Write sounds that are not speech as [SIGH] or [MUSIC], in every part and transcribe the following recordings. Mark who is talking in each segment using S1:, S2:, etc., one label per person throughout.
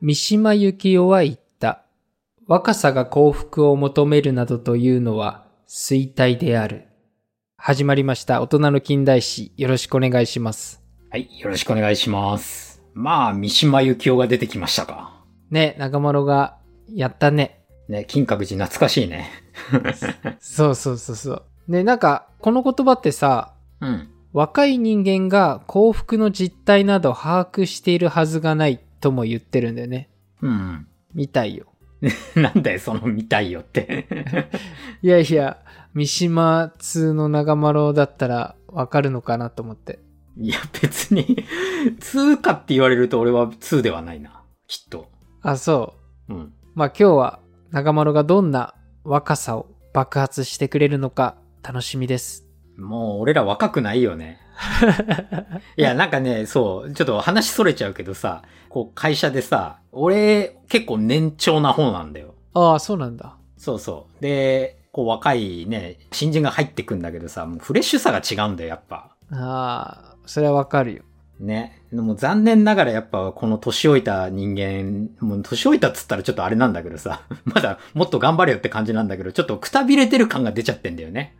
S1: 三島由紀夫は言った。若さが幸福を求めるなどというのは衰退である。始まりました。大人の近代史。よろしくお願いします。
S2: はい、よろしくお願いします。まあ、三島由紀夫が出てきましたか。
S1: ね、中丸が、やったね。
S2: ね、金閣寺懐かしいね。
S1: そうそうそうそう。ね、なんか、この言葉ってさ、
S2: うん。
S1: 若い人間が幸福の実態など把握しているはずがないとも言ってるんだよね。
S2: うん。 [LAUGHS]
S1: みたいよ。
S2: なんだよ、その見たいよって。 [LAUGHS]
S1: いやいや、三島通の長丸だったらわかるのかなと思って。
S2: いや、別に、通かって言われると俺は通ではないな。きっと。
S1: あ、そう。
S2: うん。
S1: まあ今日は長丸がどんな若さを爆発してくれるのか楽しみです。
S2: もう俺ら若くないよね。 [LAUGHS] いや、なんかね、そう、ちょっと話それちゃうけどさ、こう、会社でさ、俺、結構年長な方なんだよ。
S1: ああ、そうなんだ。
S2: そうそう。で、こう若いね、新人が入ってくんだけどさ、もうフレッシュさが違うんだよ、やっぱ。
S1: ああ、それはわかるよ。
S2: ね。でも残念ながらやっぱこの年老いた人間、もう年老いたっつったらちょっとあれなんだけどさ、 [LAUGHS] まだもっと頑張れよって感じなんだけど、ちょっとくたびれてる感が出ちゃってんだよね。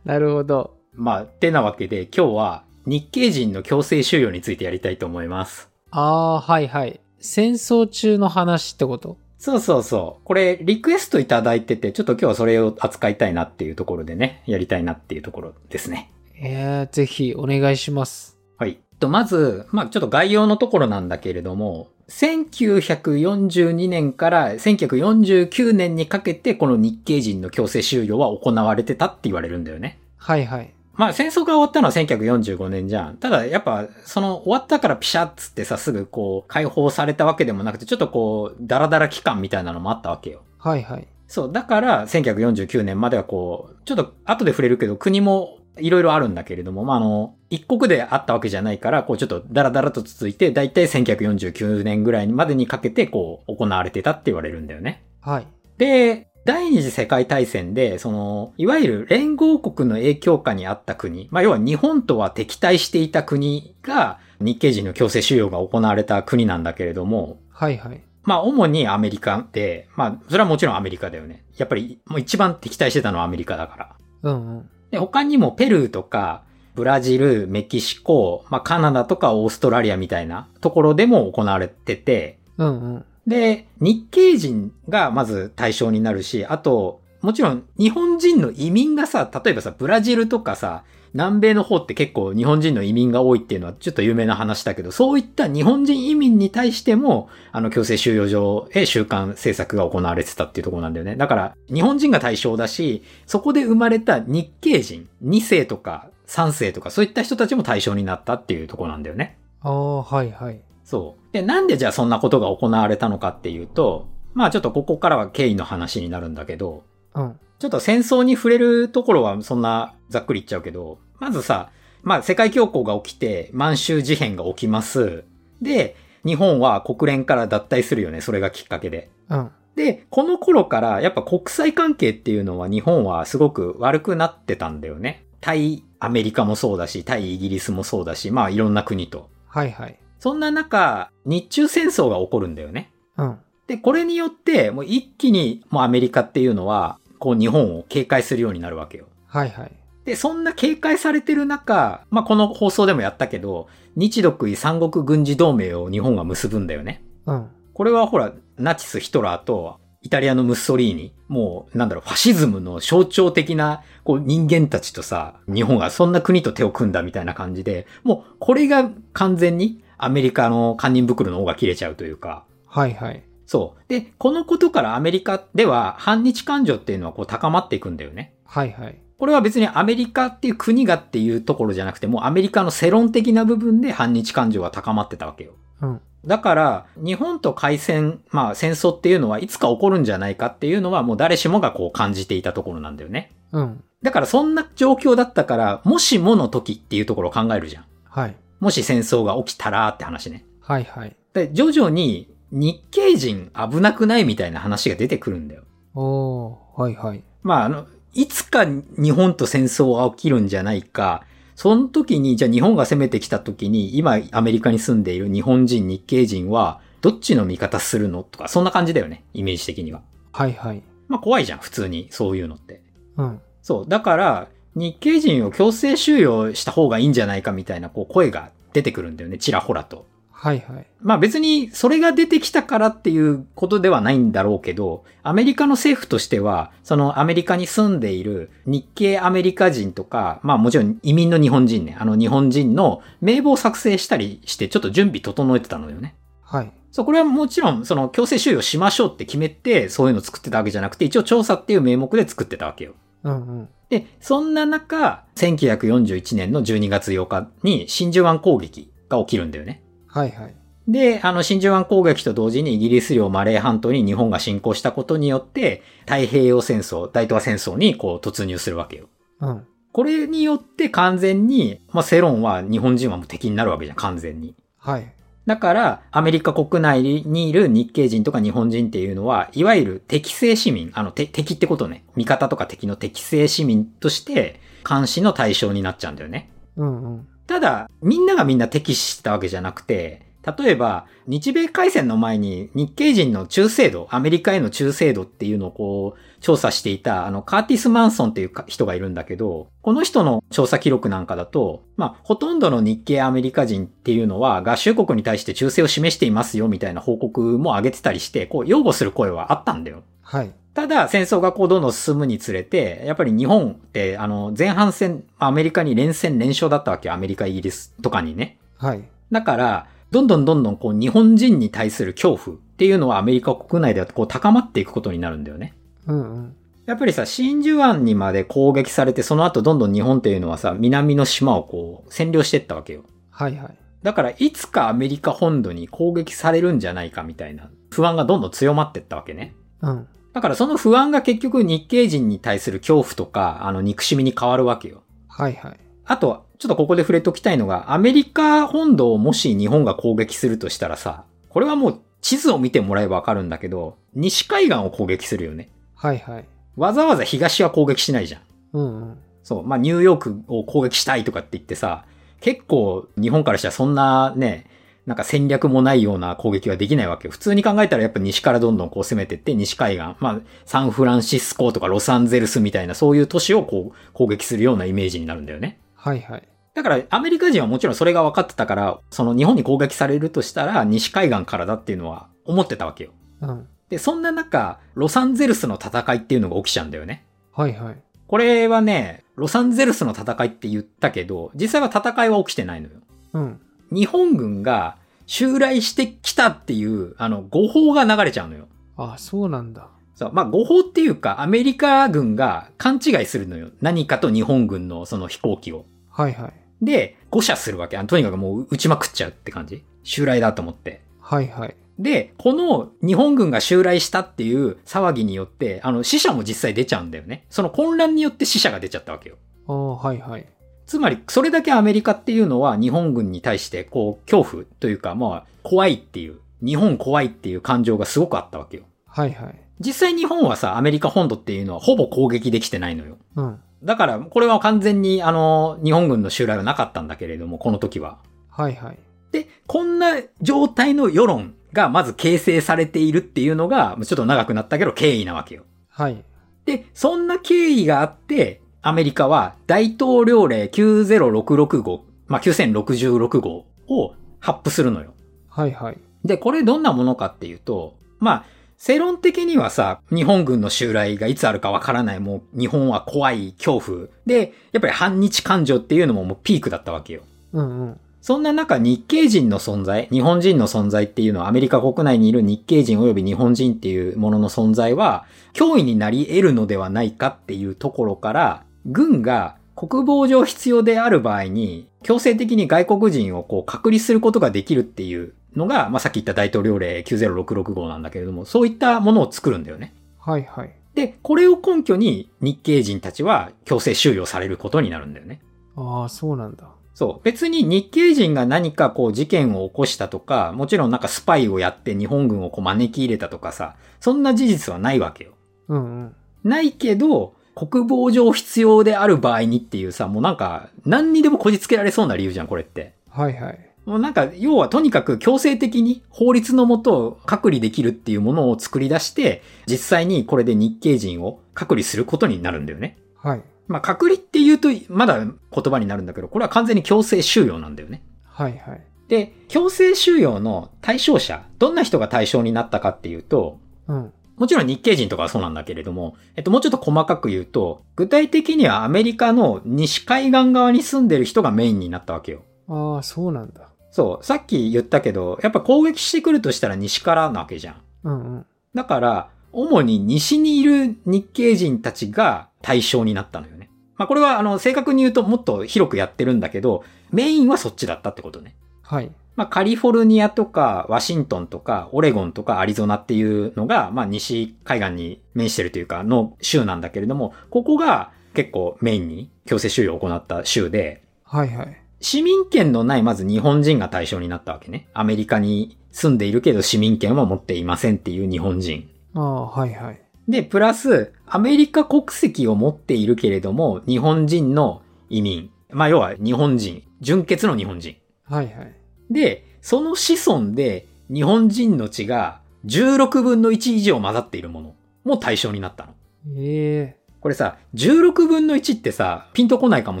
S1: なるほど。
S2: まあ、てなわけで今日は日系人の強制収容についてやりたいと思います。
S1: ああ、はいはい。戦争中の話ってこと
S2: そうそうそう。これ、リクエストいただいてて、ちょっと今日はそれを扱いたいなっていうところでね、やりたいなっていうところですね。
S1: ええぜひお願いします。
S2: はい。と、まず、まあ、ちょっと概要のところなんだけれども、1942年から1949年にかけて、この日系人の強制収容は行われてたって言われるんだよね。
S1: はいはい。
S2: まあ、戦争が終わったのは1945年じゃん。ただ、やっぱ、その終わったからピシャッつってさ、すぐこう、解放されたわけでもなくて、ちょっとこう、ダラダラ期間みたいなのもあったわけよ。
S1: はいはい。
S2: そう、だから、1949年まではこう、ちょっと後で触れるけど、国もいろいろあるんだけれども、まあ、あの、一国であったわけじゃないから、こう、ちょっとダラダラと続いて、だいたい1949年ぐらいまでにかけて、こう、行われてたって言われるんだよね。
S1: はい。
S2: で、第二次世界大戦で、その、いわゆる連合国の影響下にあった国、まあ、要は日本とは敵対していた国が、日系人の強制収容が行われた国なんだけれども、
S1: はいはい。
S2: まあ、主にアメリカで、まあ、それはもちろんアメリカだよね。やっぱり、もう一番敵対してたのはアメリカだから。
S1: うんうん。
S2: で、他にもペルーとか、ブラジル、メキシコ、まあ、カナダとかオーストラリアみたいなところでも行われてて、
S1: うんうん。
S2: で、日系人がまず対象になるし、あと、もちろん日本人の移民がさ、例えばさ、ブラジルとかさ、南米の方って結構日本人の移民が多いっていうのはちょっと有名な話だけど、そういった日本人移民に対しても、あの強制収容所へ収監政策が行われてたっていうところなんだよね。だから、日本人が対象だし、そこで生まれた日系人、2世とか3世とか、そういった人たちも対象になったっていうところなんだよね。
S1: ああ、はいはい。
S2: そう。で、なんでじゃあそんなことが行われたのかっていうと、まあちょっとここからは経緯の話になるんだけど、
S1: うん。
S2: ちょっと戦争に触れるところはそんなざっくり言っちゃうけど、まずさ、まあ世界恐慌が起きて満州事変が起きます。で、日本は国連から脱退するよね。それがきっかけで。
S1: うん。
S2: で、この頃からやっぱ国際関係っていうのは日本はすごく悪くなってたんだよね。対アメリカもそうだし、対イギリスもそうだし、まあいろんな国と。
S1: はいはい。
S2: そんな中、日中戦争が起こるんだよね。
S1: うん。
S2: で、これによって、もう一気に、もうアメリカっていうのは、こう日本を警戒するようになるわけよ。
S1: はいはい。
S2: で、そんな警戒されてる中、まあ、この放送でもやったけど、日独伊三国軍事同盟を日本が結ぶんだよね。
S1: うん。
S2: これはほら、ナチス・ヒトラーと、イタリアのムッソリーニ、もう、なんだろう、ファシズムの象徴的な、こう、人間たちとさ、日本がそんな国と手を組んだみたいな感じで、もう、これが完全に、アメリカの堪忍袋の方が切れちゃうというか、
S1: はいはい。
S2: そう。で、このことからアメリカでは反日感情っていうのはこう高まっていくんだよね。
S1: はいはい。
S2: これは別にアメリカっていう国がっていうところじゃなくて、もうアメリカの世論的な部分で反日感情が高まってたわけよ。
S1: うん。
S2: だから、日本と海戦、まあ戦争っていうのはいつか起こるんじゃないかっていうのはもう誰しもがこう感じていたところなんだよね。
S1: うん。
S2: だからそんな状況だったから、もしもの時っていうところを考えるじゃん。
S1: はい。
S2: もし戦争が起きたらって話ね。
S1: はいはい。
S2: で、徐々に日系人危なくないみたいな話が出てくるんだよ。
S1: おー、はいはい。
S2: まあ、あの、いつか日本と戦争が起きるんじゃないか、その時に、じゃあ日本が攻めてきた時に、今アメリカに住んでいる日本人、日系人は、どっちの味方するのとか、そんな感じだよね。イメージ的には。
S1: はいはい。
S2: まあ怖いじゃん、普通に、そういうのって。
S1: うん。
S2: そう。だから、日系人を強制収容した方がいいんじゃないかみたいな、こう、声が出てくるんだよね、ちらほらと。
S1: はいはい。
S2: まあ別にそれが出てきたからっていうことではないんだろうけど、アメリカの政府としては、そのアメリカに住んでいる日系アメリカ人とか、まあもちろん移民の日本人ね、あの日本人の名簿を作成したりしてちょっと準備整えてたのよね。
S1: はい。
S2: そう、これはもちろんその強制収容しましょうって決めてそういうのを作ってたわけじゃなくて、一応調査っていう名目で作ってたわけよ。
S1: うんうん。
S2: で、そんな中、1941年の12月8日に真珠湾攻撃が起きるんだよね。
S1: はいはい。
S2: で、あの、真珠湾攻撃と同時にイギリス領マレー半島に日本が侵攻したことによって、太平洋戦争、大東亜戦争にこう突入するわけよ。
S1: うん。
S2: これによって完全に、まあ、世論は日本人はもう敵になるわけじゃん、完全に。
S1: はい。
S2: だから、アメリカ国内にいる日系人とか日本人っていうのは、いわゆる敵性市民、あの、て敵ってことね。味方とか敵の敵性市民として、監視の対象になっちゃうんだよね。
S1: うんうん。
S2: ただ、みんながみんな敵視したわけじゃなくて、例えば、日米開戦の前に日系人の忠誠度、アメリカへの忠誠度っていうのをこう、調査していた、あの、カーティス・マンソンっていうか人がいるんだけど、この人の調査記録なんかだと、まあ、ほとんどの日系アメリカ人っていうのは、合衆国に対して忠誠を示していますよみたいな報告も上げてたりして、こう、擁護する声はあったんだよ。
S1: はい。
S2: ただ、戦争がこうどんどん進むにつれて、やっぱり日本って、あの、前半戦、アメリカに連戦連勝だったわけよ。アメリカ、イギリスとかにね。
S1: はい。
S2: だから、どんどんどんどんこう日本人に対する恐怖っていうのはアメリカ国内ではこう高まっていくことになるんだよね。
S1: うんうん。
S2: やっぱりさ、真珠湾にまで攻撃されて、その後どんどん日本っていうのはさ、南の島をこう占領していったわけよ。
S1: はいはい。
S2: だから、いつかアメリカ本土に攻撃されるんじゃないかみたいな不安がどんどん強まっていったわけね。
S1: うん。
S2: だからその不安が結局日系人に対する恐怖とか、あの憎しみに変わるわけよ。
S1: はいはい。
S2: あと、ちょっとここで触れときたいのが、アメリカ本土をもし日本が攻撃するとしたらさ、これはもう地図を見てもらえばわかるんだけど、西海岸を攻撃するよね。
S1: はいはい。
S2: わざわざ東は攻撃しないじゃん。
S1: うんうん。
S2: そう、まあニューヨークを攻撃したいとかって言ってさ、結構日本からしたらそんなね、なんか戦略もないような攻撃はできないわけよ。普通に考えたらやっぱ西からどんどんこう攻めてって、西海岸、まあサンフランシスコとかロサンゼルスみたいなそういう都市をこう攻撃するようなイメージになるんだよね。
S1: はいはい。
S2: だからアメリカ人はもちろんそれが分かってたから、その日本に攻撃されるとしたら西海岸からだっていうのは思ってたわけよ。
S1: うん。
S2: で、そんな中、ロサンゼルスの戦いっていうのが起きちゃうんだよね。
S1: はいはい。
S2: これはね、ロサンゼルスの戦いって言ったけど、実際は戦いは起きてないのよ。
S1: うん。
S2: 日本軍が襲来してきたっていう、あの、誤報が流れちゃうのよ。
S1: あ、そうなんだ。
S2: そう、まあ、誤報っていうか、アメリカ軍が勘違いするのよ。何かと日本軍のその飛行機を。
S1: はいはい。
S2: で、誤射するわけ。あのとにかくもう撃ちまくっちゃうって感じ。襲来だと思って。
S1: はいはい。
S2: で、この日本軍が襲来したっていう騒ぎによって、あの、死者も実際出ちゃうんだよね。その混乱によって死者が出ちゃったわけよ。
S1: ああ、はいはい。
S2: つまり、それだけアメリカっていうのは日本軍に対して、こう、恐怖というか、まあ、怖いっていう、日本怖いっていう感情がすごくあったわけよ。
S1: はいはい。
S2: 実際日本はさ、アメリカ本土っていうのはほぼ攻撃できてないのよ。
S1: うん。
S2: だから、これは完全に、あの、日本軍の襲来はなかったんだけれども、この時は。
S1: はいはい。
S2: で、こんな状態の世論がまず形成されているっていうのが、ちょっと長くなったけど、経緯なわけよ。
S1: はい。
S2: で、そんな経緯があって、アメリカは大統領令90665号、まあ、9066号を発布するのよ。
S1: はいはい。
S2: で、これどんなものかっていうと、まあ、正論的にはさ、日本軍の襲来がいつあるかわからない、もう日本は怖い恐怖。で、やっぱり反日感情っていうのももうピークだったわけよ。
S1: うんうん。
S2: そんな中、日系人の存在、日本人の存在っていうのは、アメリカ国内にいる日系人及び日本人っていうものの存在は、脅威になり得るのではないかっていうところから、軍が国防上必要である場合に、強制的に外国人をこう隔離することができるっていうのが、まあ、さっき言った大統領令9066号なんだけれども、そういったものを作るんだよね。
S1: はいはい。
S2: で、これを根拠に日系人たちは強制収容されることになるんだよね。
S1: ああ、そうなんだ。
S2: そう。別に日系人が何かこう事件を起こしたとか、もちろんなんかスパイをやって日本軍をこう招き入れたとかさ、そんな事実はないわけよ。
S1: うんうん。
S2: ないけど、国防上必要である場合にっていうさ、もうなんか、何にでもこじつけられそうな理由じゃん、これって。
S1: はいはい。
S2: もうなんか、要はとにかく強制的に法律のもと隔離できるっていうものを作り出して、実際にこれで日系人を隔離することになるんだよね。
S1: はい。
S2: まあ、隔離っていうと、まだ言葉になるんだけど、これは完全に強制収容なんだよね。
S1: はいはい。
S2: で、強制収容の対象者、どんな人が対象になったかっていうと、
S1: うん。
S2: もちろん日系人とかはそうなんだけれども、えっと、もうちょっと細かく言うと、具体的にはアメリカの西海岸側に住んでる人がメインになったわけよ。
S1: ああ、そうなんだ。
S2: そう、さっき言ったけど、やっぱ攻撃してくるとしたら西からなわけじゃん。
S1: うんうん。
S2: だから、主に西にいる日系人たちが対象になったのよね。まあこれは、あの、正確に言うともっと広くやってるんだけど、メインはそっちだったってことね。
S1: はい。
S2: まあカリフォルニアとかワシントンとかオレゴンとかアリゾナっていうのが、まあ西海岸に面してるというかの州なんだけれども、ここが結構メインに強制収容を行った州で、
S1: はいはい。
S2: 市民権のないまず日本人が対象になったわけね。アメリカに住んでいるけど市民権は持っていませんっていう日本人。
S1: ああ、はいはい。
S2: で、プラス、アメリカ国籍を持っているけれども、日本人の移民。まあ、要は日本人。純血の日本人。
S1: はいはい。
S2: で、その子孫で日本人の血が16分の1以上混ざっているものも対象になったの。
S1: ええ
S2: これさ、16分の1ってさ、ピンとこないかも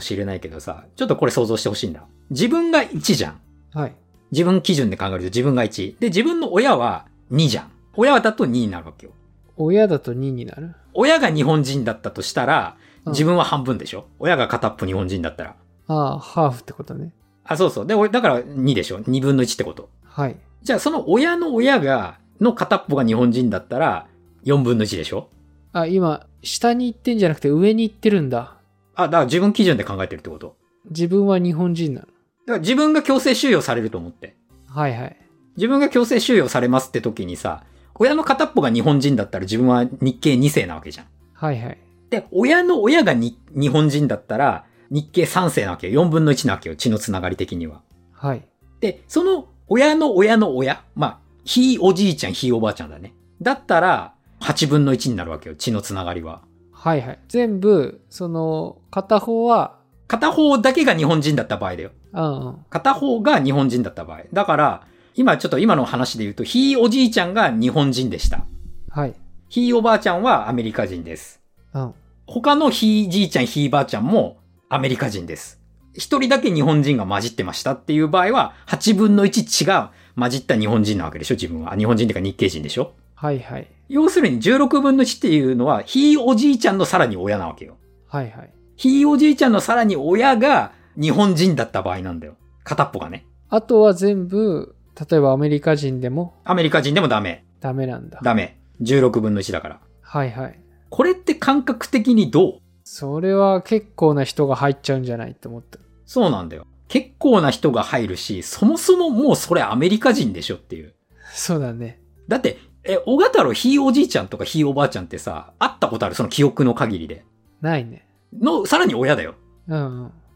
S2: しれないけどさ、ちょっとこれ想像してほしいんだ。自分が1じゃん。
S1: はい。
S2: 自分基準で考えると自分が1。で、自分の親は2じゃん。親だと2になるわけよ。
S1: 親だと2になる
S2: 親が日本人だったとしたら、
S1: うん
S2: 自分は半分でしょ、親が片っぽ日本人だったら。
S1: ああ、ハーフってことね。
S2: あ、そうそう。で、俺だから2でしょ ?2 分の1ってこと。
S1: はい。
S2: じゃあ、その親の親が、の片っぽが日本人だったら、4分の1でしょ
S1: あ、今、下に行ってんじゃなくて上に行ってるんだ。
S2: あ、だから自分基準で考えてるってこと。
S1: 自分は日本人なの。
S2: だから自分が強制収容されると思って。
S1: はいはい。
S2: 自分が強制収容されますって時にさ、親の片っぽが日本人だったら自分は日系2世なわけじゃん。
S1: はいはい。
S2: で、親の親がに日本人だったら、日系3世なわけよ。4分の1なわけよ。血のつながり的には。
S1: はい。
S2: で、その親の親の親、まあ、ひいおじいちゃん、ひいおばあちゃんだね。だったら、8分の1になるわけよ。血のつながりは。
S1: はいはい。全部、その、片方は、
S2: 片方だけが日本人だった場合だよ。
S1: うんうん。
S2: 片方が日本人だった場合。だから、今ちょっと今の話で言うと、ひいおじいちゃんが日本人でした。
S1: はい。
S2: ひいおばあちゃんはアメリカ人です。
S1: うん。
S2: 他のひいじいちゃん、ひいばあちゃんもアメリカ人です。一人だけ日本人が混じってましたっていう場合は、8分の1血が混じった日本人なわけでしょ自分は。あ日本人っていうか日系人でしょ
S1: はいはい。
S2: 要するに16分の1っていうのは、ひいおじいちゃんのさらに親なわけよ。
S1: はいはい。
S2: ひいおじいちゃんのさらに親が日本人だった場合なんだよ。片っぽがね。
S1: あとは全部、例えばアメリカ人でも
S2: アメリカ人でもダメ。
S1: ダメなんだ。
S2: ダメ。16分の1だから。
S1: はいはい。
S2: これって感覚的にどう
S1: それは結構な人が入っちゃうんじゃないって思った。 [LAUGHS]
S2: そうなんだよ。結構な人が入るし、そもそももうそれアメリカ人でしょっていう。
S1: そうだね。
S2: だって、え、小型のひいおじいちゃんとかひいおばあちゃんってさ、会ったことあるその記憶の限りで。
S1: ないね。
S2: の、さらに親だよ。
S1: うん、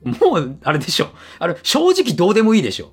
S1: うん。
S2: もう、あれでしょ。あれ、正直どうでもいいでしょ。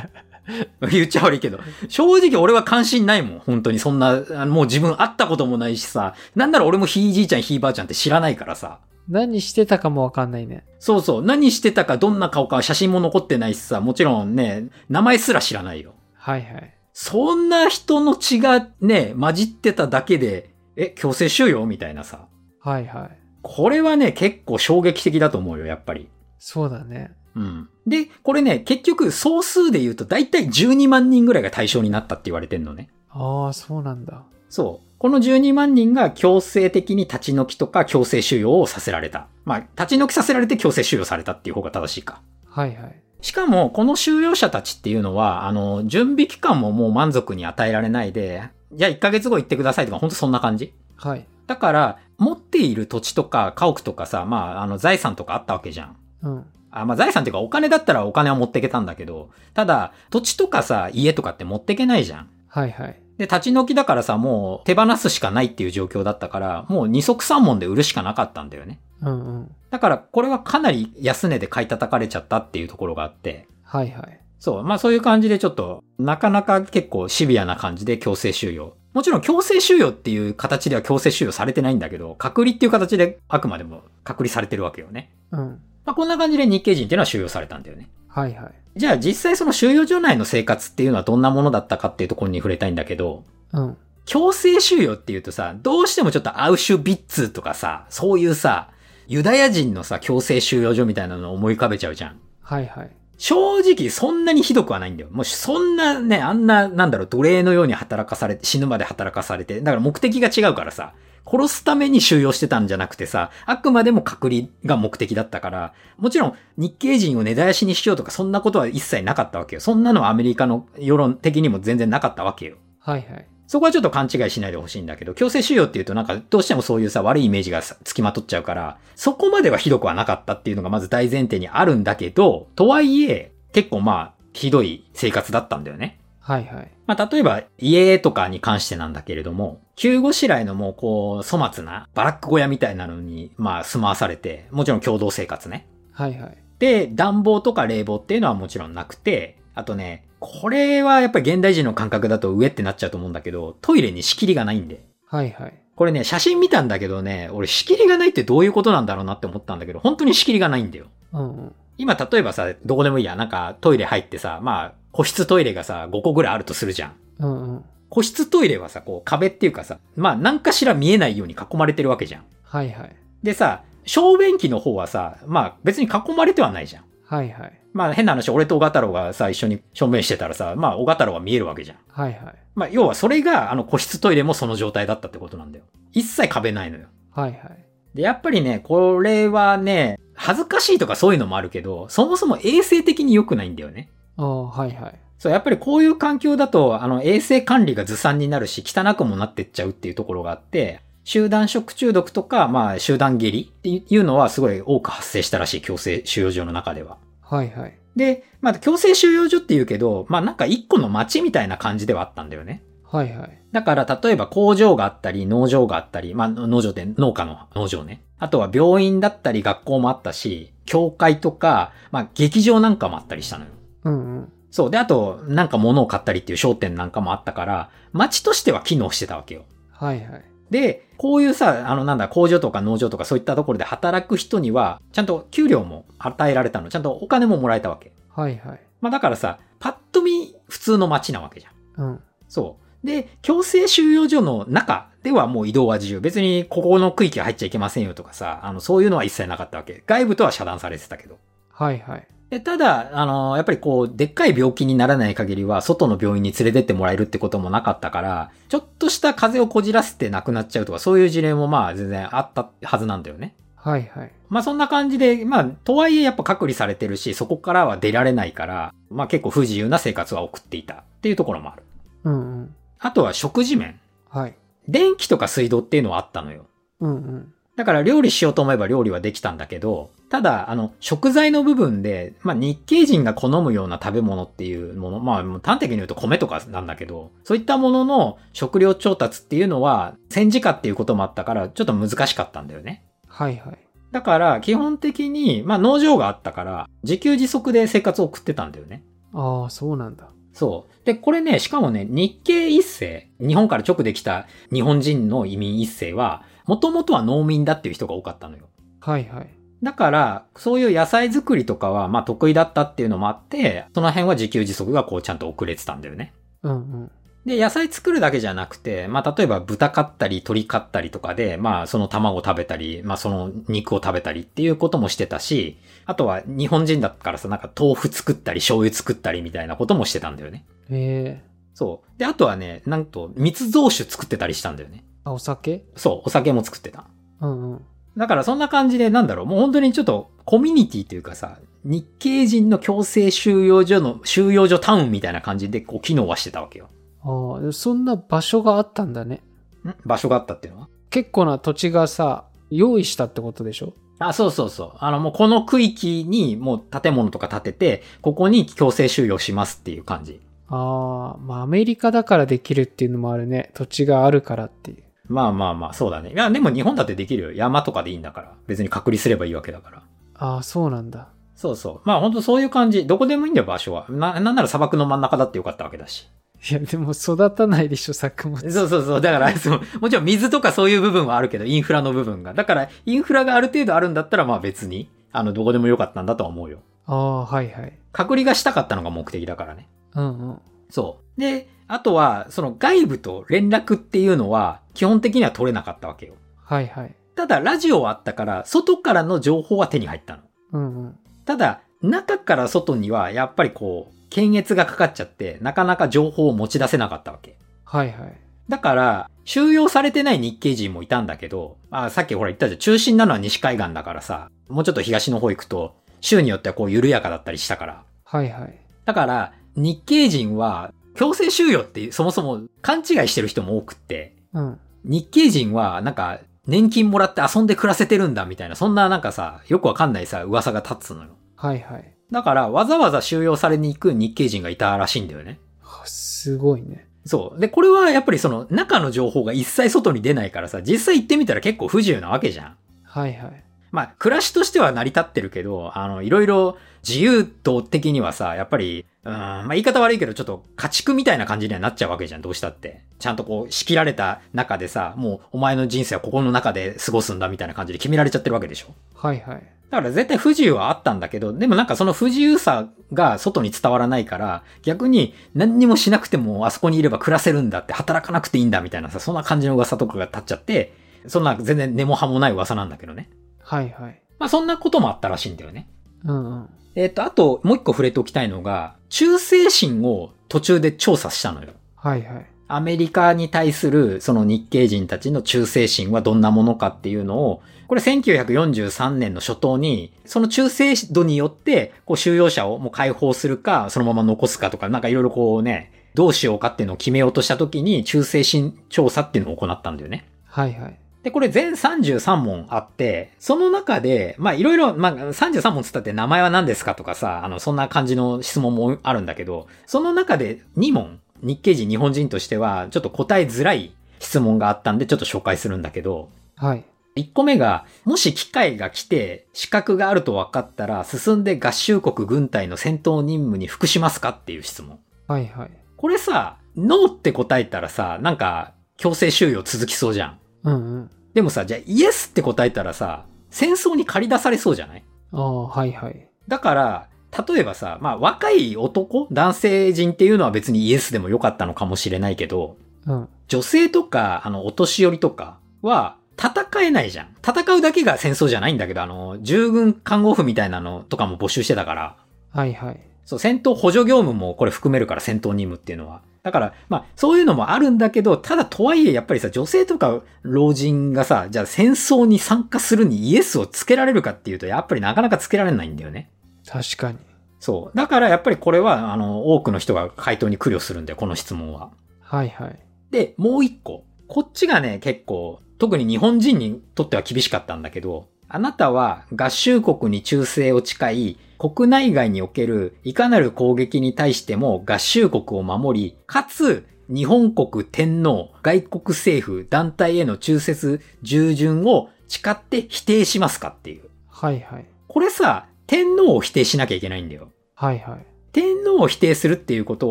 S2: [LAUGHS] 言っちゃ悪いけど。正直俺は関心ないもん。本当にそんな、あのもう自分会ったこともないしさ。なんなら俺もひいじいちゃんひいばあちゃんって知らないからさ。
S1: 何してたかもわかんないね。
S2: そうそう。何してたかどんな顔か写真も残ってないしさ。もちろんね、名前すら知らないよ。
S1: はいはい。
S2: そんな人の血がね、混じってただけで、え、強制収容みたいなさ。
S1: はいはい。
S2: これはね、結構衝撃的だと思うよ、やっぱり。
S1: そうだね。
S2: うん。で、これね、結局、総数で言うと、だいたい12万人ぐらいが対象になったって言われてんのね。
S1: ああ、そうなんだ。
S2: そう。この12万人が強制的に立ち退きとか強制収容をさせられた。まあ、立ち退きさせられて強制収容されたっていう方が正しいか。
S1: はいはい。
S2: しかも、この収容者たちっていうのは、あの、準備期間ももう満足に与えられないで、じゃあ1ヶ月後行ってくださいとか、ほんとそんな感じ。
S1: はい。
S2: だから、持っている土地とか家屋とかさ、まあ、あの、財産とかあったわけじゃん。
S1: うん。
S2: あまあ、財産っていうかお金だったらお金は持ってけたんだけど、ただ、土地とかさ、家とかって持ってけないじゃん。
S1: はいはい。
S2: で、立ち退きだからさ、もう手放すしかないっていう状況だったから、もう二足三門で売るしかなかったんだよね。
S1: うんうん。
S2: だから、これはかなり安値で買い叩かれちゃったっていうところがあって、
S1: はいはい。
S2: そう、まあそういう感じでちょっと、なかなか結構シビアな感じで強制収容。もちろん強制収容っていう形では強制収容されてないんだけど、隔離っていう形であくまでも隔離されてるわけよね。
S1: うん。
S2: まあ、こんな感じで日系人っていうのは収容されたんだよね。
S1: はいはい。
S2: じゃあ実際その収容所内の生活っていうのはどんなものだったかっていうところに触れたいんだけど、
S1: うん。
S2: 強制収容っていうとさ、どうしてもちょっとアウシュビッツとかさ、そういうさ、ユダヤ人のさ、強制収容所みたいなのを思い浮かべちゃうじゃん。
S1: はいはい。
S2: 正直そんなにひどくはないんだよ。もうそんなね、あんな、なんだろう、奴隷のように働かされて、死ぬまで働かされて、だから目的が違うからさ、殺すために収容してたんじゃなくてさ、あくまでも隔離が目的だったから、もちろん日系人を根絶やしにしようとかそんなことは一切なかったわけよ。そんなのはアメリカの世論的にも全然なかったわけよ。
S1: はいはい。
S2: そこはちょっと勘違いしないでほしいんだけど、強制収容っていうとなんかどうしてもそういうさ、悪いイメージがさつきまとっちゃうから、そこまではひどくはなかったっていうのがまず大前提にあるんだけど、とはいえ、結構まあ、ひどい生活だったんだよね。
S1: はいはい。
S2: まあ、例えば、家とかに関してなんだけれども、急ごしらえのもうこう、粗末な、バラック小屋みたいなのに、まあ、住まわされて、もちろん共同生活ね。
S1: はいはい。
S2: で、暖房とか冷房っていうのはもちろんなくて、あとね、これはやっぱり現代人の感覚だと上ってなっちゃうと思うんだけど、トイレに仕切りがないんで。
S1: はいはい。
S2: これね、写真見たんだけどね、俺仕切りがないってどういうことなんだろうなって思ったんだけど、本当に仕切りがないんだよ。
S1: うんうん。
S2: 今例えばさ、どこでもいいや、なんかトイレ入ってさ、まあ、個室トイレがさ、5個ぐらいあるとするじゃん。
S1: うんうん。
S2: 個室トイレはさ、こう壁っていうかさ、まあ何かしら見えないように囲まれてるわけじゃん。
S1: はいはい。
S2: でさ、小便器の方はさ、まあ別に囲まれてはないじゃん。
S1: はいはい。
S2: まあ変な話、俺と小太郎がさ、一緒に正面してたらさ、まあ小太郎は見えるわけじゃん。
S1: はいはい。
S2: まあ要はそれが、あの個室トイレもその状態だったってことなんだよ。一切壁ないのよ。
S1: はいはい。
S2: で、やっぱりね、これはね、恥ずかしいとかそういうのもあるけど、そもそも衛生的に良くないんだよね。
S1: ああ、はいはい。
S2: そう、やっぱりこういう環境だと、あの、衛生管理がずさんになるし、汚くもなってっちゃうっていうところがあって、集団食中毒とか、まあ、集団下痢っていうのはすごい多く発生したらしい、強制収容所の中では。
S1: はいはい。
S2: で、まあ、強制収容所って言うけど、まあ、なんか一個の町みたいな感じではあったんだよね。
S1: はいはい。
S2: だから、例えば工場があったり、農場があったり、まあ、農場って農家の農場ね。あとは病院だったり、学校もあったし、教会とか、まあ、劇場なんかもあったりしたのよ。
S1: うんうん。
S2: そう。で、あと、なんか物を買ったりっていう商店なんかもあったから、町としては機能してたわけよ。
S1: はいはい。
S2: で、こういうさ、あのなんだ、工場とか農場とかそういったところで働く人には、ちゃんと給料も与えられたの。ちゃんとお金ももらえたわけ。
S1: はいはい。
S2: まあだからさ、パッと見普通の街なわけじゃん。
S1: うん。
S2: そう。で、強制収容所の中ではもう移動は自由。別にここの区域は入っちゃいけませんよとかさ、あの、そういうのは一切なかったわけ。外部とは遮断されてたけど。
S1: はいはい。
S2: でただ、あの、やっぱりこう、でっかい病気にならない限りは、外の病院に連れてってもらえるってこともなかったから、ちょっとした風邪をこじらせて亡くなっちゃうとか、そういう事例もまあ全然あったはずなんだよね。
S1: はいはい。
S2: まあそんな感じで、まあ、とはいえやっぱ隔離されてるし、そこからは出られないから、まあ結構不自由な生活は送っていたっていうところもある。
S1: うんうん。
S2: あとは食事面。
S1: はい。
S2: 電気とか水道っていうのはあったのよ。
S1: うんうん。
S2: だから料理しようと思えば料理はできたんだけど、ただ、あの、食材の部分で、まあ、日系人が好むような食べ物っていうもの、まあ、もう端的に言うと米とかなんだけど、そういったものの食料調達っていうのは、戦時下っていうこともあったから、ちょっと難しかったんだよね。
S1: はいはい。
S2: だから、基本的に、まあ、農場があったから、自給自足で生活を送ってたんだよね。
S1: ああ、そうなんだ。
S2: そう。で、これね、しかもね、日系一世、日本から直できた日本人の移民一世は、もともとは農民だっていう人が多かったのよ。
S1: はいはい。
S2: だから、そういう野菜作りとかは、まあ得意だったっていうのもあって、その辺は自給自足がこうちゃんと遅れてたんだよね。
S1: うんうん。
S2: で、野菜作るだけじゃなくて、まあ例えば豚飼ったり鳥飼ったりとかで、まあその卵を食べたり、まあその肉を食べたりっていうこともしてたし、あとは日本人だったからさ、なんか豆腐作ったり醤油作ったりみたいなこともしてたんだよね。
S1: ええ
S2: そう。で、あとはね、なんと、密造酒作ってたりしたんだよね。
S1: あ、お酒
S2: そう、お酒も作ってた。
S1: うんうん。
S2: だからそんな感じで、なんだろう、もう本当にちょっと、コミュニティというかさ、日系人の強制収容所の、収容所タウンみたいな感じで、こう、機能はしてたわけよ。
S1: ああ、そんな場所があったんだね。
S2: ん場所があったっていうのは
S1: 結構な土地がさ、用意したってことでしょ
S2: あ、そうそうそう。あの、もうこの区域に、もう建物とか建てて、ここに強制収容しますっていう感じ。
S1: ああ、まあアメリカだからできるっていうのもあるね。土地があるからっていう。
S2: まあまあまあ、そうだね。いや、でも日本だってできるよ。山とかでいいんだから。別に隔離すればいいわけだから。
S1: ああ、そうなんだ。
S2: そうそう。まあ本当そういう感じ。どこでもいいんだよ、場所は。な、なんなら砂漠の真ん中だってよかったわけだし。
S1: いや、でも育たないでしょ、作物。
S2: そうそうそう。だから、 [LAUGHS] そう、もちろん水とかそういう部分はあるけど、インフラの部分が。だから、インフラがある程度あるんだったら、まあ別に、あの、どこでもよかったんだとは思うよ。
S1: ああ、はいはい。
S2: 隔離がしたかったのが目的だからね。
S1: うんうん。
S2: そう。で、あとは、その外部と連絡っていうのは、基本的には取れなかったわけよ。
S1: はいはい。
S2: ただ、ラジオはあったから、外からの情報は手に入ったの。
S1: うんうん。
S2: ただ、中から外には、やっぱりこう、検閲がかかっちゃって、なかなか情報を持ち出せなかったわけ。
S1: はいはい。
S2: だから、収容されてない日系人もいたんだけど、あさっきほら言ったじゃん、中心なのは西海岸だからさ、もうちょっと東の方行くと、州によってはこう緩やかだったりしたから。
S1: はいはい。
S2: だから、日系人は、強制収容ってそもそも勘違いしてる人も多くって、
S1: うん。
S2: 日系人はなんか、年金もらって遊んで暮らせてるんだみたいな、そんななんかさ、よくわかんないさ、噂が立つのよ。
S1: はいはい。
S2: だから、わざわざ収容されに行く日系人がいたらしいんだよね。
S1: はすごいね。
S2: そう。で、これはやっぱりその中の情報が一切外に出ないからさ、実際行ってみたら結構不自由なわけじゃん。
S1: はいはい。
S2: まあ、暮らしとしては成り立ってるけど、あの、いろいろ自由度的にはさ、やっぱり、うーん、まあ言い方悪いけど、ちょっと家畜みたいな感じにはなっちゃうわけじゃん、どうしたって。ちゃんとこう、仕切られた中でさ、もうお前の人生はここの中で過ごすんだみたいな感じで決められちゃってるわけでしょ。
S1: はいはい。
S2: だから絶対不自由はあったんだけど、でもなんかその不自由さが外に伝わらないから、逆に何にもしなくてもあそこにいれば暮らせるんだって働かなくていいんだみたいなさ、そんな感じの噂とかが立っちゃって、そんな全然根も葉もない噂なんだけどね。
S1: はいはい。
S2: まあそんなこともあったらしいんだよね。
S1: うんうん。
S2: えっ、と、あともう一個触れておきたいのが、忠誠心を途中で調査したのよ。
S1: はいはい。
S2: アメリカに対するその日系人たちの忠誠心はどんなものかっていうのを、これ1943年の初頭に、その忠誠度によって、こう収容者をもう解放するか、そのまま残すかとか、なんかいろいろこうね、どうしようかっていうのを決めようとした時に、忠誠心調査っていうのを行ったんだよね。
S1: はいはい。
S2: で、これ全33問あって、その中で、まあいろいろ、まあ33問つったって名前は何ですかとかさ、あの、そんな感じの質問もあるんだけど、その中で2問、日系人、日本人としては、ちょっと答えづらい質問があったんで、ちょっと紹介するんだけど、
S1: はい。
S2: 1個目が、もし機会が来て、資格があると分かったら、進んで合衆国軍隊の戦闘任務に服しますかっていう質問。
S1: はいはい。
S2: これさ、ノーって答えたらさ、なんか、強制収容続きそうじゃん。
S1: うんうん。
S2: でもさ、じゃあイエスって答えたらさ、戦争に駆り出されそうじゃない
S1: ああ、はいはい。
S2: だから、例えばさ、まあ若い男、男性人っていうのは別にイエスでもよかったのかもしれないけど、
S1: うん。
S2: 女性とか、あの、お年寄りとかは、戦えないじゃん。戦うだけが戦争じゃないんだけど、あの、従軍看護婦みたいなのとかも募集してたから、
S1: はいはい。
S2: そう、戦闘補助業務もこれ含めるから、戦闘任務っていうのは。だから、まあ、そういうのもあるんだけど、ただとはいえ、やっぱりさ、女性とか老人がさ、じゃあ戦争に参加するにイエスをつけられるかっていうと、やっぱりなかなかつけられないんだよね。
S1: 確かに。
S2: そう。だからやっぱりこれは、あの、多くの人が回答に苦慮するんだよ、この質問は。
S1: はいはい。
S2: で、もう一個。こっちがね、結構、特に日本人にとっては厳しかったんだけど、あなたは合衆国に忠誠を誓い、国内外におけるいかなる攻撃に対しても合衆国を守り、かつ日本国天皇、外国政府、団体への忠説、従順を誓って否定しますかっていう。
S1: はいはい。
S2: これさ、天皇を否定しなきゃいけないんだよ。
S1: はいはい。
S2: 天皇を否定するっていうこと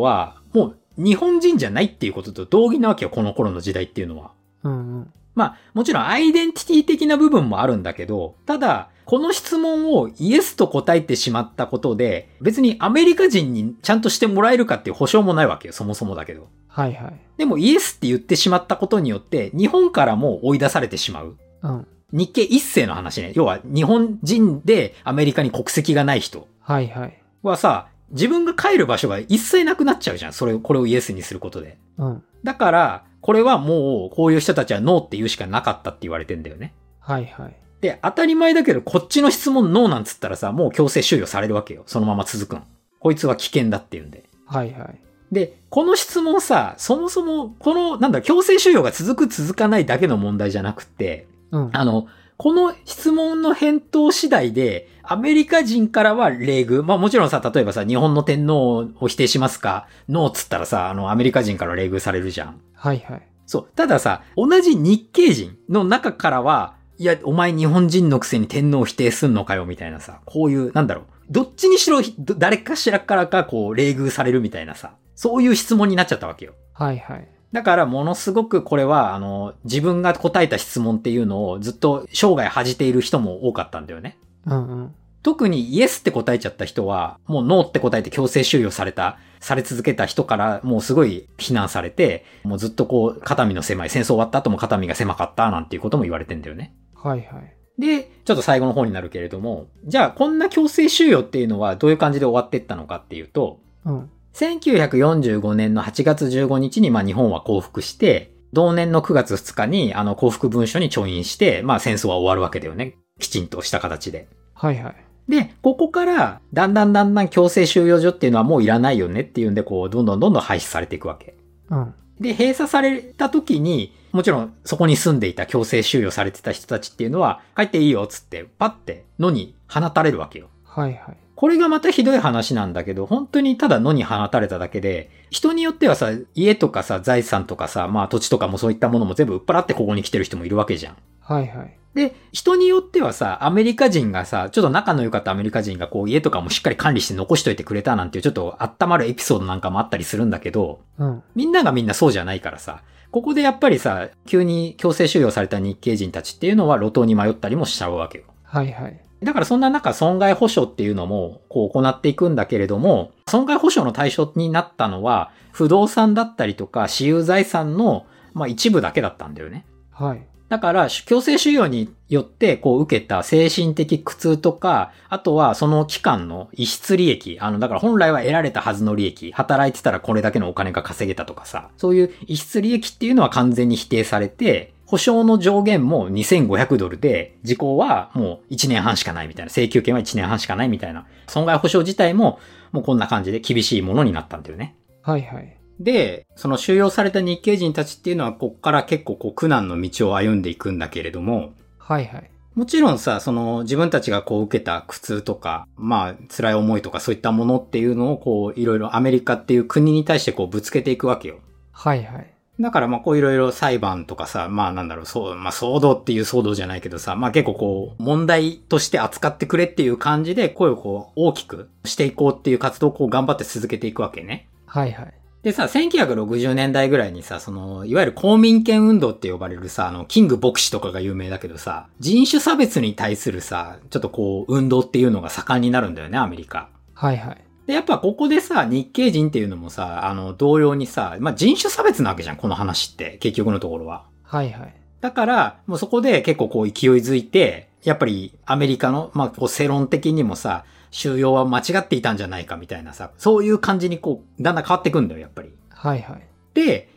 S2: は、もう日本人じゃないっていうことと同義なわけよ、この頃の時代っていうのは。
S1: うんうん。
S2: まあ、もちろんアイデンティティ的な部分もあるんだけど、ただ、この質問をイエスと答えてしまったことで、別にアメリカ人にちゃんとしてもらえるかっていう保証もないわけよ、そもそもだけど。
S1: はいはい。
S2: でもイエスって言ってしまったことによって、日本からも追い出されてしまう。
S1: うん。
S2: 日系一世の話ね。要は日本人でアメリカに国籍がない人
S1: はいはい。
S2: はさ、自分が帰る場所が一切なくなっちゃうじゃん。それを、これをイエスにすることで。
S1: うん。
S2: だから、これはもう、こういう人たちはノーって言うしかなかったって言われてんだよね。
S1: はいはい。
S2: で、当たり前だけど、こっちの質問ノーなんつったらさ、もう強制収容されるわけよ。そのまま続くん。こいつは危険だって言うんで。
S1: はいはい。
S2: で、この質問さ、そもそも、この、なんだ、強制収容が続く続かないだけの問題じゃなくて、
S1: うん。
S2: あの、この質問の返答次第で、アメリカ人からは礼遇。まあもちろんさ、例えばさ、日本の天皇を否定しますかノーっつったらさ、あの、アメリカ人から礼遇されるじゃん。
S1: はいはい。
S2: そう。たださ、同じ日系人の中からは、いや、お前日本人のくせに天皇を否定すんのかよ、みたいなさ、こういう、なんだろう。どっちにしろ、ど誰かしらからか、こう、冷遇されるみたいなさ。そういう質問になっちゃったわけよ。
S1: はいはい。
S2: だからものすごくこれは、あの、自分が答えた質問っていうのをずっと生涯恥じている人も多かったんだよね。
S1: うんうん。
S2: 特にイエスって答えちゃった人は、もうノーって答えて強制収容された、され続けた人からもうすごい非難されて、もうずっとこう、肩身の狭い、戦争終わった後も肩身が狭かったなんていうことも言われてんだよね。
S1: はいはい。
S2: で、ちょっと最後の方になるけれども、じゃあこんな強制収容っていうのはどういう感じで終わってったのかっていうと、
S1: うん。
S2: 1945年の8月15日に、まあ、日本は降伏して、同年の9月2日に、あの、降伏文書に調印して、まあ、戦争は終わるわけだよね。きちんとした形で。
S1: はいはい。
S2: で、ここから、だんだんだんだん強制収容所っていうのはもういらないよねっていうんで、こう、どんどんどんどん廃止されていくわけ。
S1: うん。
S2: で、閉鎖された時に、もちろんそこに住んでいた強制収容されてた人たちっていうのは、帰っていいよっつって、パッて野に放たれるわけよ。
S1: はいはい。
S2: これがまたひどい話なんだけど、本当にただ野に放たれただけで、人によってはさ、家とかさ、財産とかさ、まあ土地とかもそういったものも全部売っ払ってここに来てる人もいるわけじゃん。
S1: はいはい。
S2: で、人によってはさ、アメリカ人がさ、ちょっと仲の良かったアメリカ人がこう家とかもしっかり管理して残しといてくれたなんていうちょっと温まるエピソードなんかもあったりするんだけど、
S1: うん。
S2: みんながみんなそうじゃないからさ、ここでやっぱりさ、急に強制収容された日系人たちっていうのは路頭に迷ったりもしちゃうわけよ。
S1: はいはい。
S2: だからそんな中、損害保障っていうのも、こう行っていくんだけれども、損害保障の対象になったのは、不動産だったりとか、私有財産の、まあ一部だけだったんだよね。
S1: はい。
S2: だから、強制収容によって、こう受けた精神的苦痛とか、あとはその期間の逸失利益、あの、だから本来は得られたはずの利益、働いてたらこれだけのお金が稼げたとかさ、そういう逸失利益っていうのは完全に否定されて、保証の上限も2500ドルで、時効はもう1年半しかないみたいな、請求権は1年半しかないみたいな、損害保障自体ももうこんな感じで厳しいものになったんだよね。
S1: はいはい。
S2: で、その収容された日系人たちっていうのは、こっから結構こう苦難の道を歩んでいくんだけれども、
S1: はいはい。
S2: もちろんさ、その自分たちがこう受けた苦痛とか、まあ辛い思いとかそういったものっていうのをこういろいろアメリカっていう国に対してこうぶつけていくわけよ。
S1: はいはい。
S2: だからまあこういろいろ裁判とかさ、まあなんだろう、そう、まあ騒動っていう騒動じゃないけどさ、まあ結構こう問題として扱ってくれっていう感じで声をこう大きくしていこうっていう活動をこう頑張って続けていくわけね。
S1: はいはい。
S2: でさ、1960年代ぐらいにさ、その、いわゆる公民権運動って呼ばれるさ、あの、キング牧師とかが有名だけどさ、人種差別に対するさ、ちょっとこう、運動っていうのが盛んになるんだよね、アメリカ。
S1: はいはい。
S2: で、やっぱここでさ、日系人っていうのもさ、あの、同様にさ、まあ、人種差別なわけじゃん、この話って、結局のところは。
S1: はいはい。
S2: だから、もうそこで結構こう勢いづいて、やっぱりアメリカの、まあ、こう世論的にもさ、収容は間違っていたんじゃないかみたいなさ、そういう感じにこう、だんだん変わってくんだよ、やっぱり。
S1: はいはい。
S2: で、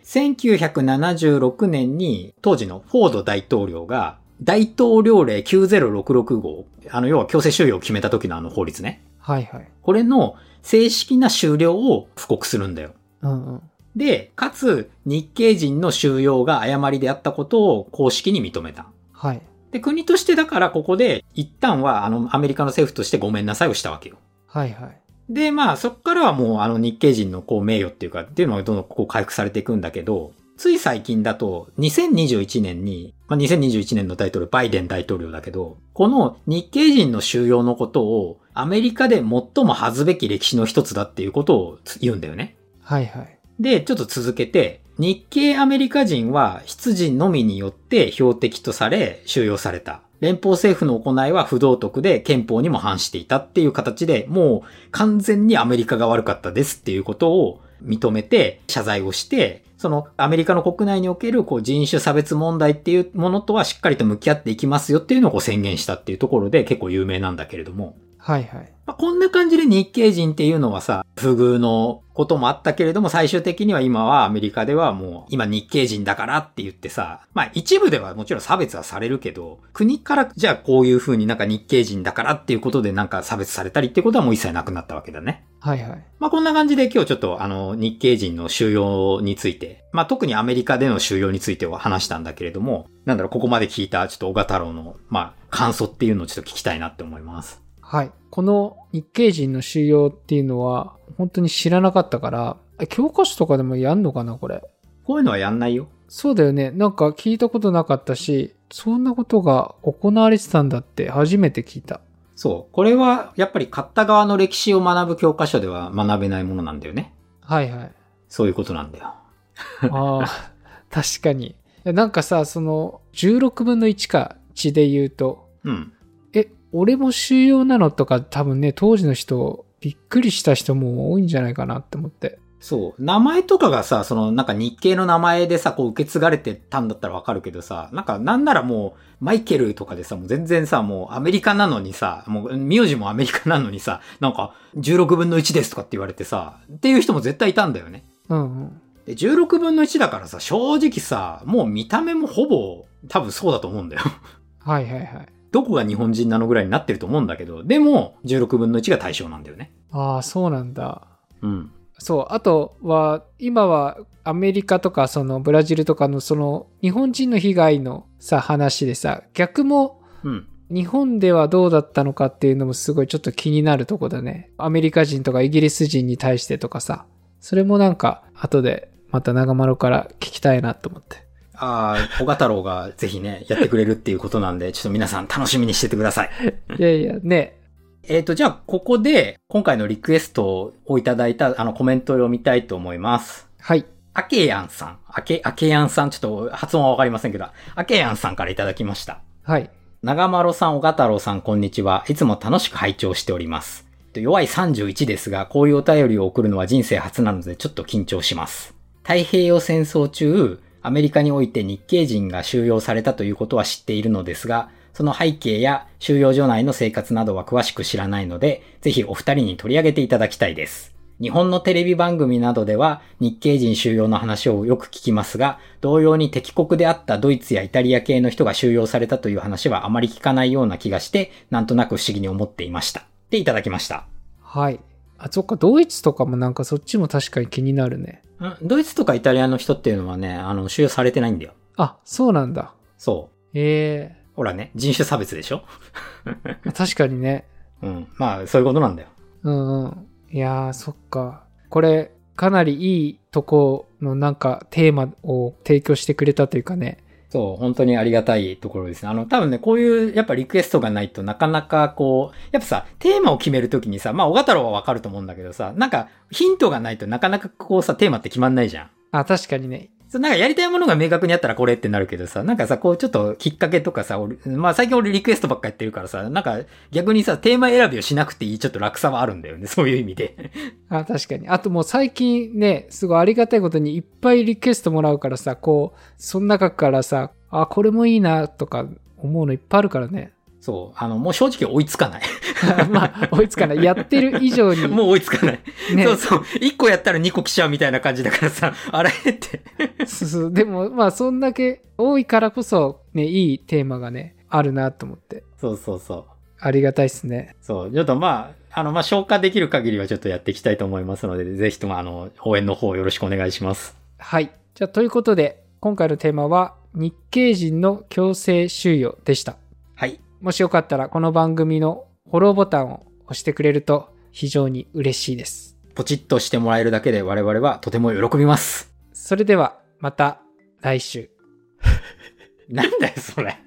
S2: 1976年に当時のフォード大統領が大統領令9066号、あの要は強制収容を決めた時のあの法律ね。
S1: はいはい。
S2: これの正式な終了を布告するんだよ。
S1: うんうん。
S2: で、かつ日系人の収容が誤りであったことを公式に認めた。
S1: はい。
S2: で、国としてだからここで一旦はあのアメリカの政府としてごめんなさいをしたわけよ。
S1: はいはい。
S2: で、まあ、そこからはもう、あの、日系人の、こう、名誉っていうか、っていうのがどんどんこう、回復されていくんだけど、つい最近だと、2021年に、まあ、2021年の大統領、バイデン大統領だけど、この日系人の収容のことを、アメリカで最も恥ずべき歴史の一つだっていうことを言うんだよね。
S1: はいはい。
S2: で、ちょっと続けて、日系アメリカ人は出自のみによって標的とされ収容された。連邦政府の行いは不道徳で憲法にも反していたっていう形で、もう完全にアメリカが悪かったですっていうことを認めて謝罪をして、そのアメリカの国内におけるこう人種差別問題っていうものとはしっかりと向き合っていきますよっていうのをこう宣言したっていうところで結構有名なんだけれども。
S1: はいはい。
S2: まあ、こんな感じで日系人っていうのはさ、不遇のこともあったけれども、最終的には今はアメリカではもう、今日系人だからって言ってさ、まあ一部ではもちろん差別はされるけど、国からじゃあこういう風になんか日系人だからっていうことでなんか差別されたりってことはもう一切なくなったわけだね。
S1: はいはい。
S2: まあこんな感じで今日ちょっとあの日系人の収容について、まあ特にアメリカでの収容については話したんだけれども、なんだろう、ここまで聞いたちょっと小賀太郎の、まあ感想っていうのをちょっと聞きたいなって思います。
S1: はい。この日系人の収容っていうのは、本当に知らなかったから、え教科書とかでもやんのかな、これ。
S2: こういうのはやんないよ。
S1: そうだよね。なんか聞いたことなかったし、そんなことが行われてたんだって初めて聞いた。
S2: そう。これは、やっぱり買った側の歴史を学ぶ教科書では学べないものなんだよね。
S1: はいはい。
S2: そういうことなんだよ。
S1: ああ、確かに。いやなんかさ、その、16分の1か、血で言うと、
S2: うん。
S1: え、俺も収容なのとか、多分ね、当時の人、びっくりした人も多いんじゃないかなって思って。
S2: そう。名前とかがさ、そのなんか日系の名前でさ、こう受け継がれてたんだったらわかるけどさ、なんかなんならもう、マイケルとかでさ、もう全然さ、もうアメリカなのにさ、もう名字もアメリカなのにさ、なんか16分の1ですとかって言われてさ、っていう人も絶対いたんだよね。
S1: うんうん。
S2: で、16分の1だからさ、正直さ、もう見た目もほぼ多分そうだと思うんだよ。
S1: はいはいはい。
S2: どこが日本人なのぐらいになってると思うんだけど、でも16分の1が対象なんだよね。
S1: ああ、そうなんだ。
S2: うん。
S1: そう、あとは、今はアメリカとか、そのブラジルとかの、その、日本人の被害のさ、話でさ、逆も、
S2: うん。
S1: 日本ではどうだったのかっていうのもすごいちょっと気になるとこだね。アメリカ人とかイギリス人に対してとかさ、それもなんか、後で、また長丸から聞きたいなと思って。
S2: ああ、小太郎がぜひね、やってくれるっていうことなんで、ちょっと皆さん楽しみにしててください。
S1: いやいや、ね、
S2: えっ、と、じゃあ、ここで、今回のリクエストをいただいた、あの、コメントを読みたいと思います。
S1: はい。
S2: アケヤンさん。アケ、アケヤンさん。ちょっと発音はわかりませんけど、アケヤンさんからいただきました。
S1: はい。
S2: 長丸さん、小太郎さん、こんにちは。いつも楽しく拝聴しております。と弱い31ですが、こういうお便りを送るのは人生初なのでちょっと緊張します。太平洋戦争中、アメリカにおいて日系人が収容されたということは知っているのですが、その背景や収容所内の生活などは詳しく知らないので、ぜひお二人に取り上げていただきたいです。日本のテレビ番組などでは日系人収容の話をよく聞きますが、同様に敵国であったドイツやイタリア系の人が収容されたという話はあまり聞かないような気がして、なんとなく不思議に思っていました。で、いただきました。
S1: はい。あ、そっか、ドイツとかもなんかそっちも確かに気になるね。
S2: うんドイツとかイタリアの人っていうのはね、あの、収容されてないんだよ。
S1: あ、そうなんだ。
S2: そ
S1: え
S2: う。ほらね、人種差別でしょ
S1: え確かにね。
S2: うん。まあ、そういうことなんだよ。
S1: うんうん。いやー、そっか。これ、かなりいいとこのなんかテーマを提供してくれたというかね。
S2: そう、本当にありがたいところですね。あの、多分ね、こういう、やっぱリクエストがないとなかなかこう、やっぱさ、テーマを決めるときにさ、まあ、小型郎はわかると思うんだけどさ、なんか、ヒントがないとなかなかこうさ、テーマって決まんないじゃん。
S1: あ、確かにね。
S2: そうなんかやりたいものが明確にあったらこれってなるけどさ、なんかさ、こうちょっときっかけとかさ、俺まあ最近俺リクエストばっかやってるからさ、なんか逆にさ、テーマ選びをしなくていいちょっと楽さはあるんだよね、 [LAUGHS] そういう意味で。
S1: あ、確かに。あともう最近ね、すごいありがたいことにいっぱいリクエストもらうからさ、こう、その中からさ、あ、これもいいなとか思うのいっぱいあるからね。 [LAUGHS]
S2: そう、あの、もう正直追いつかない。
S1: まあ、追いつかない。やってる以上に、
S2: もう追いつかない。
S1: ね
S2: そうそう、1個やったら2個来ちゃうみたいな感じだからさ、 [LAUGHS] あれって。
S1: そうそうでもまあ、そんだけ多いからこそ、ね、いいテーマがね、あるなと思って。
S2: そうそうそう。
S1: ありがたいっすね。
S2: そう、ちょっとまあ、あの、まあ、消化できる限りはちょっとやっていきたいと思いますので、ぜひともあの、応援の方よろしくお願いします。
S1: はい。じゃあ、ということで、今回のテーマは、日系人の強制収容でした。
S2: はい。
S1: もしよかったら、この番組のフォローボタンを押してくれると非常に嬉しいです。
S2: ポチッとしてもらえるだけで我々はとても喜びます。
S1: それでは、また来週。
S2: なんだよ、それ。